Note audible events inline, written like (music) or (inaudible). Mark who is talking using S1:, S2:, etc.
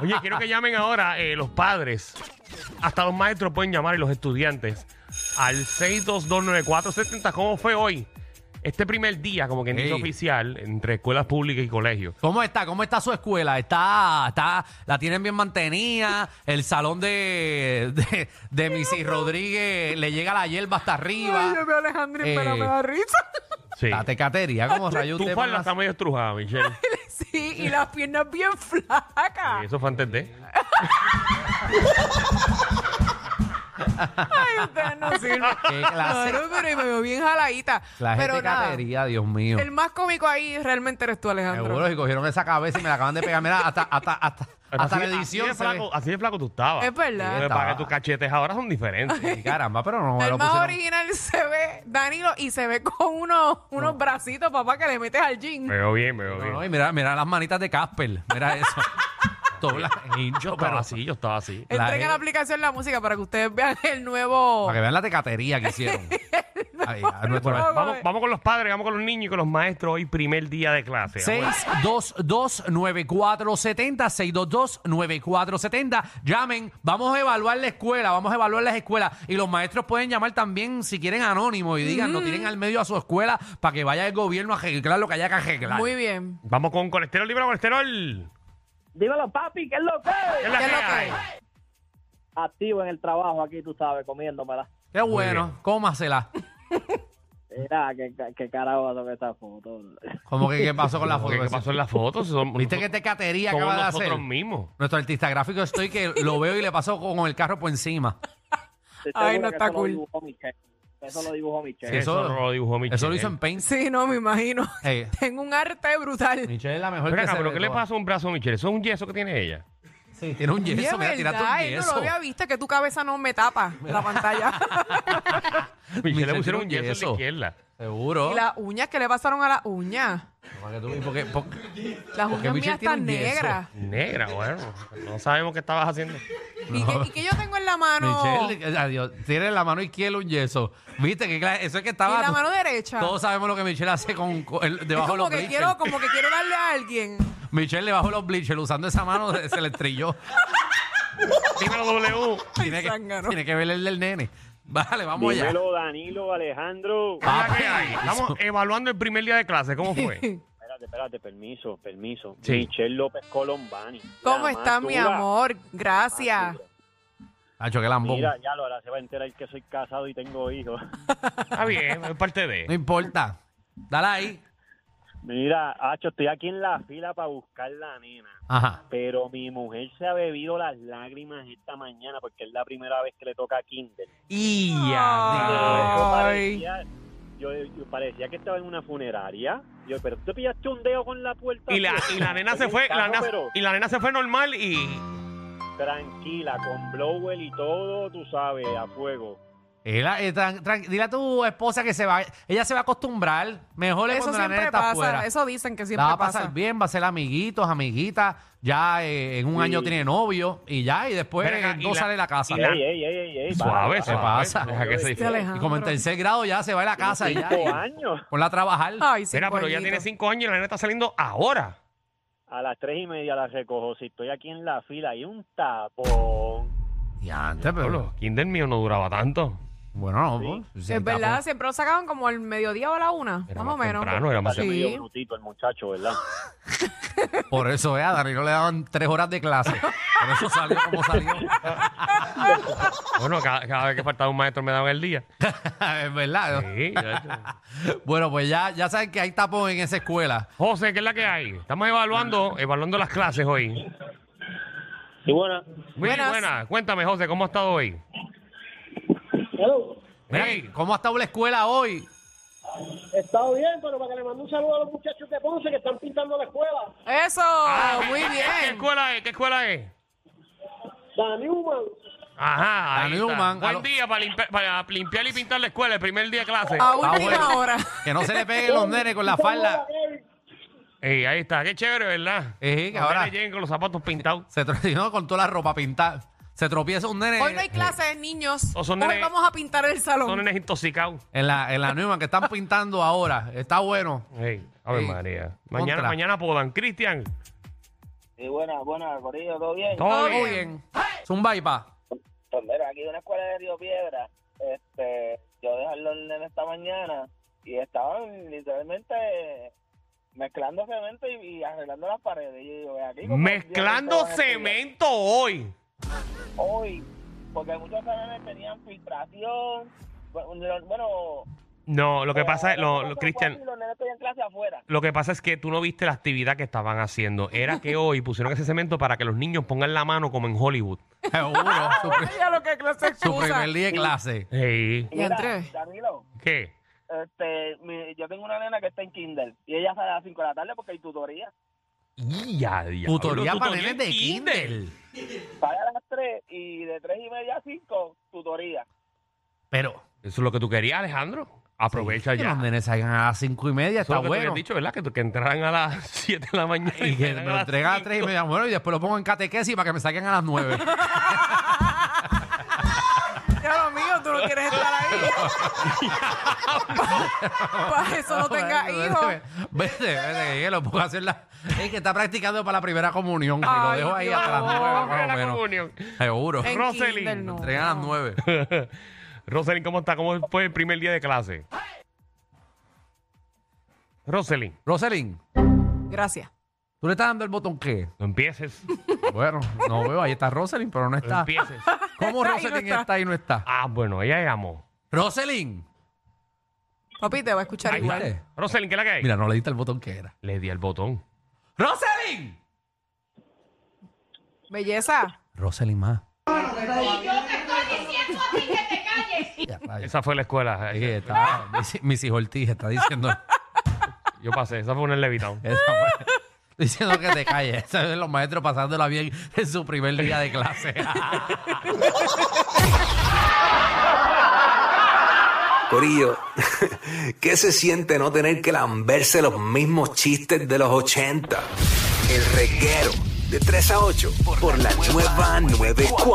S1: Oye, quiero que llamen ahora eh, los padres. Hasta los maestros pueden llamar y los estudiantes al 6229470. ¿Cómo fue hoy? Este primer día, como que en dice
S2: Ey.
S1: oficial, entre escuelas públicas y colegios.
S2: ¿Cómo está? ¿Cómo está su escuela? ¿Está, está, la tienen bien mantenida? ¿El salón de, de, de Missy Rodríguez le llega la hierba hasta
S3: Ay, yo
S2: arriba?
S3: veo a Alejandro y pero
S2: Eh.
S3: me da risa.
S1: Sí.
S2: La tecatería, como rayos
S1: Tu
S2: usted
S1: falda
S2: más-
S1: está medio estrujada,
S3: (laughs)
S1: Michelle.
S3: (laughs) sí, y las piernas bien
S1: Y
S3: flacas.
S1: eso fue antes de.
S3: Ay, ustedes (laughs) no sirven.
S2: Qué clase.
S3: Claro, pero y me veo bien jaladita.
S2: La gente
S3: pero nada,
S2: tecatería, Dios mío.
S3: el más cómico ahí realmente eres tú,
S2: Seguro
S3: Alejandro.
S2: que cogieron esa cabeza y me la acaban de pegar. Mira, hasta, hasta, hasta,
S1: Pero
S2: hasta
S1: así-
S2: la edición
S1: Así de,
S2: se ve.
S1: flaco, así de flaco tú estabas.
S3: Es verdad.
S1: Pero para
S2: Estaba.
S1: que tus cachetes ahora son
S3: (laughs)
S1: diferentes.
S2: Sí, Caramba, pero no me
S3: el
S2: lo
S3: más
S2: pusieron.
S3: original se ve Danilo y se ve con unos, unos bracitos, papá, que le metes al jean.
S1: me veo bien, me veo
S2: No,
S1: bien.
S2: no, y mira, mira las manitas de Casper. Mira
S3: (laughs)
S2: eso. Todo la hincho,
S1: yo
S2: pero
S1: estaba así, yo estaba así.
S2: La
S3: Entren a la
S2: gente-
S3: aplicación la música para que ustedes vean el nuevo.
S2: Para que vean la tecatería que
S3: (laughs)
S2: hicieron. Ay, a nuestro-
S3: programa.
S1: Vamos, vamos con los padres, vamos con los niños y con los maestros hoy, primer día de clase.
S2: 622-9470, 622-9470. Llamen, vamos a evaluar la escuela, vamos a evaluar las escuelas. Y los maestros pueden llamar también, si quieren, anónimo y digan, no tienen al medio a su escuela para que vaya el gobierno a arreglar lo que haya que arreglar.
S3: Muy bien.
S1: Vamos con colesterol libre, colesterol.
S4: Dímelo, papi, ¿qué es lo que
S1: ¿Qué
S4: es?
S1: es la
S3: ¿Qué es
S1: que
S3: lo que
S1: hay?
S3: hay?
S4: Activo en el trabajo aquí, tú sabes, comiéndomela.
S2: Qué
S1: Muy
S2: bueno,
S1: bien.
S2: cómasela.
S4: Mira, qué, ca- qué carajo pasó con esa foto.
S2: Como que qué pasó
S1: (laughs)
S2: con la foto.
S1: ¿Qué pasó en las fotos? Son-
S2: ¿Viste que te catería
S1: somos
S2: acaba de hacer?
S1: nosotros mismos.
S2: Nuestro artista gráfico estoy que lo veo y le paso con el carro por encima.
S4: Estoy
S3: Ay,
S4: seguro
S3: no
S4: que
S3: está
S4: eso lo
S3: cool.
S4: dibujó Michelle. Eso lo dibujó Michelle.
S2: Sí, eso-
S1: eso, no lo dibujó Michelle.
S2: Eso lo hizo en Paint.
S3: Sí, no, me imagino. (laughs)
S2: Eh.
S3: Tengo un arte brutal.
S2: Michelle es la mejor
S1: Pero,
S2: que se
S1: pero
S2: ve
S1: ¿qué le
S2: toda.
S1: pasa a un brazo a Michelle? Eso es un yeso que tiene
S2: (laughs)
S1: ella.
S2: Sí, tiene un
S3: Y es
S2: yeso, mira, tírate
S3: verdad,
S2: un
S3: yo no
S2: yeso.
S3: lo había visto, que tu cabeza no me
S2: (laughs)
S3: tapa la pantalla.
S1: Michelle le
S2: tiene
S1: pusieron
S2: un
S1: un yeso, en
S2: yeso.
S1: la izquierda.
S2: Seguro.
S3: y las uñas, ¿qué le pasaron a las uñas?
S2: Nomás que tú- ¿y por qué- por qué?
S3: Las
S2: Michelle
S3: uñas mías
S2: tiene
S3: están
S2: un yeso. (laughs)
S3: negras.
S1: Negra, bueno. No sabemos qué estabas haciendo.
S3: ¿Y, qué, y qué yo tengo en la mano?
S2: Michelle, eh, adiós. Tiene en la mano izquierda un yeso. ¿Viste? Que cla- eso es que estaba.
S3: Y la mano derecha.
S2: Todos sabemos lo que Michelle hace con, con el-
S3: es
S2: debajo de
S3: como
S2: los
S3: que,
S2: bleachers.
S3: quiero, como que quiero darle a
S2: (laughs)
S3: alguien.
S2: Michelle debajo de los bleachers, usando esa mano, se, se le
S3: (laughs)
S2: estrelló.
S1: Dímelo, W.
S2: Tiene que, (laughs)
S3: zángano.
S2: tiene que ver el del nene. Vale, vamos allá. Ah.
S4: Dímelo, Danilo, Alejandro.
S1: Mira qué hay. Estamos evaluando el primer día de clase. ¿Cómo
S2: (laughs) pues.
S1: fue?
S4: Espérate, espérate, permiso, permiso.
S1: Sí.
S4: Michelle López Colombani.
S3: (laughs) ¿Cómo
S4: La
S3: está
S4: más
S3: mi
S4: dura.
S3: amor?
S4: Más
S3: Gracias.
S4: dura.
S2: Hacho, qué lambón.
S4: Mira, ya lo ahora se va a enterar que soy casado y tengo hijos. (laughs)
S1: Está bien, es parte
S2: No
S1: de.
S2: importa. Dale ahí.
S4: Mira, Hacho, estoy aquí en la fila para buscar la nena.
S2: Ajá.
S4: Pero mi mujer se ha bebido las lágrimas esta mañana porque es la primera vez que le toca a Kindle.
S2: Y
S3: Ay.
S1: Ah,
S4: Yo parecía, yo, yo parecía que estaba en una funeraria. Yo, pero tú te pillaste un dedo con la puerta.
S1: Y la,
S4: abierta.
S1: y la nena
S4: Estoy
S1: se
S4: en
S1: fue,
S4: carro,
S1: la nena-
S4: pero
S1: y la nena se fue normal y.
S4: tranquila, con blower y todo, tú sabes, a fuego.
S2: Ela, eh, tran- tran- dile a tu esposa que se va. Ella se va a acostumbrar. Mejor es
S3: Eso
S2: cuando la nena
S3: siempre
S2: está
S3: pasa.
S2: afuera.
S3: Eso dicen que
S2: La
S3: siempre
S2: va a pasar
S3: pasa.
S2: bien, va a ser amiguitos, amiguitas. Ya eh, en un
S4: Sí.
S2: año tiene novio y ya, y después
S1: Ven acá,
S2: en
S1: y
S2: dos
S1: la-
S2: sale de la casa.
S1: y la-
S4: Ey, ey, ey, ey, ey,
S1: Suave,
S2: se
S4: para,
S1: suave.
S4: para.
S2: pasa.
S1: Deja que se
S3: Sí,
S1: disfrute.
S3: Alejandro.
S2: Y como en tercer grado ya se va de la casa y ya.
S4: Cinco
S2: y
S4: años.
S2: Ponla a trabajar.
S3: Ay, sí,
S1: Mira, pero ya tiene cinco años y la nena está saliendo ahora.
S4: A las tres y media la recojo. Si estoy aquí en la fila, hay un tapón.
S2: Y antes, pero.
S1: Pablo, Kinder mío no duraba tanto.
S2: Bueno, no, pues,
S3: Es verdad, siempre lo sacaban como al mediodía o a la una,
S1: Era
S3: más o
S1: más
S3: menos.
S1: temprano, era más
S3: Sí.
S4: Medio brutito el muchacho, ¿verdad?
S2: Por eso, eh, a Danilo le daban tres horas de clase. Por eso salió como salió. (laughs)
S1: Bueno, cada, cada vez que faltaba un maestro me daban el día.
S2: es verdad. ¿no?
S1: Sí, ya-
S2: Bueno, pues ya, ya saben que hay tapón en esa escuela.
S1: José, ¿qué es la que hay? Estamos evaluando, evaluando las clases hoy.
S4: Y bueno,
S1: Muy
S3: Buenas.
S1: buena. Cuéntame, José, ¿cómo ha estado hoy?
S2: Mira,
S1: Hey.
S2: ¿Cómo ha estado la escuela hoy?
S5: Está bien, pero para que le mande un saludo a los muchachos de Ponce que están pintando la escuela.
S3: Eso,
S1: Ah,
S3: muy
S1: ¿qué- qué- ¿Qué
S3: bien.
S1: escuela es? ¿Qué escuela es?
S5: Dan Newman,
S1: Ajá, ahí
S2: A
S1: está.
S2: Newman, a
S1: Buen
S2: lo-
S1: día para, limpiar- para limpiar y pintar la escuela, el primer día de clase.
S3: A
S2: Ah,
S3: última
S2: bueno.
S3: hora.
S2: Que no se le peguen los nenes
S3: (laughs)
S2: con la falda.
S1: Ey, ahí está, qué chévere, ¿verdad?
S2: Ey, Eh, que
S1: Los
S2: ahora-
S1: nenes lleguen con los zapatos pintados.
S2: Se (laughs) tropiezó con toda la ropa pintada. Se tropieza un nene
S3: Hoy no hay clases, niños.
S1: O Eh, son
S3: Hoy
S1: nenes-
S3: vamos a pintar el
S1: Son
S3: salón.
S1: nenes intoxicados.
S2: en la, en la Newman que están pintando ahora. Está bueno.
S1: Ey, a ver,
S2: Ey,
S1: María. Mañana,
S2: contra.
S1: mañana podan. Cristian,
S5: Y buena, buena, Corillo, ¿todo bien?
S1: todo
S2: Muy
S1: bien.
S2: bien. Zumba y pa.
S5: Pues mira, aquí hay una escuela de Río Piedra. Este, yo dejé los nenes esta mañana y estaban literalmente mezclando cemento y, y arreglando las paredes. Y yo digo, "Ve aquí, ¿cómo
S1: Mezclando
S5: van a estudiar
S1: cemento hoy.
S5: Hoy, porque muchos nenes tenían filtración. Bueno, bueno
S1: No, lo que
S5: eh,
S1: pasa es, lo,
S5: los
S1: lo-
S5: nenes
S1: Cristian,
S5: afuera y Los nenes tenían clase afuera.
S1: lo que pasa es que tú no viste la actividad que estaban haciendo. Era que hoy pusieron ese cemento para que los niños pongan la mano como en Hollywood.
S3: (laughs)
S2: Seguro. Su, pri-
S3: Vaya lo que clase
S2: su
S3: excusa.
S2: primer día de clase.
S1: Ey,
S3: Y entré.
S5: Danilo,
S1: ¿qué?
S5: este, mi- yo tengo una nena que está en Kindle y ella sale a las 5 de la tarde porque hay tutoría.
S1: Ya, diablo,
S2: Tutoría para nenes
S1: en
S2: de Kindle.
S5: Sale a las 3 y de 3 y media a 5, tutoría.
S2: Pero.
S1: Eso es lo que tú querías, Alejandro. Aprovecha
S2: Que
S1: ya.
S2: los nenes salgan a las cinco y media.
S1: Eso es
S2: Está
S1: lo que te habían
S2: bueno.
S1: dicho, ¿verdad? Que, tú- que entraran a las (laughs) 7 de la mañana.
S2: Y que me
S1: salgan
S2: lo
S1: las
S2: entregan a las tres y
S1: cinco.
S2: media. Bueno, y después lo pongo en catequesis para que me saquen a las
S3: (laughs)
S2: nueve. (laughs)
S3: Ya lo mío, tú no quieres estar ahí.
S1: (laughs)
S3: Para eso no tengas hijos.
S2: Vete, vete, que lo puedo hacer la. Es que está practicando para la primera comunión. Y lo
S3: Ay,
S2: dejo ahí
S3: Dios.
S2: hasta las nueve,
S1: Primera
S2: más o menos.
S1: comunión.
S2: Seguro.
S3: En
S1: Rosely,
S3: Kindle, no.
S2: Entregan a las nueve.
S1: Roselyn, ¿cómo está? ¿Cómo fue el primer día de clase? Roselyn,
S2: Roselyn,
S3: Gracias.
S2: ¿tú le estás dando el botón qué?
S1: no empieces.
S2: Bueno, no veo, ahí está Roselyn, pero no
S1: No
S2: está.
S1: empieces.
S2: ¿Cómo
S3: (laughs) Ahí no
S2: Roselyn
S3: está.
S2: está y no está?
S1: Ah, bueno, ella llamó.
S2: Roselyn.
S3: Papi, te va a escuchar
S1: Ahí
S3: igual.
S1: está. Roselyn, ¿qué es la que hay?
S2: Mira, no le diste el botón que era.
S1: Le di al botón.
S2: ¡Roselyn!
S3: Belleza.
S2: Roselyn más. (laughs)
S1: Esa fue la escuela.
S2: Ey, está- Missy- Missy Ortiz está diciendo, (laughs)
S1: Yo pasé. Esa fue una levitón.
S2: esa fue- diciendo que te calles. Esos son Los maestros pasándola bien en su primer día de clase.
S6: Corillo, (laughs) ¿qué se siente no tener que lamberse los mismos chistes de los 80? El reguero de 3 a 8 por la nueva 94.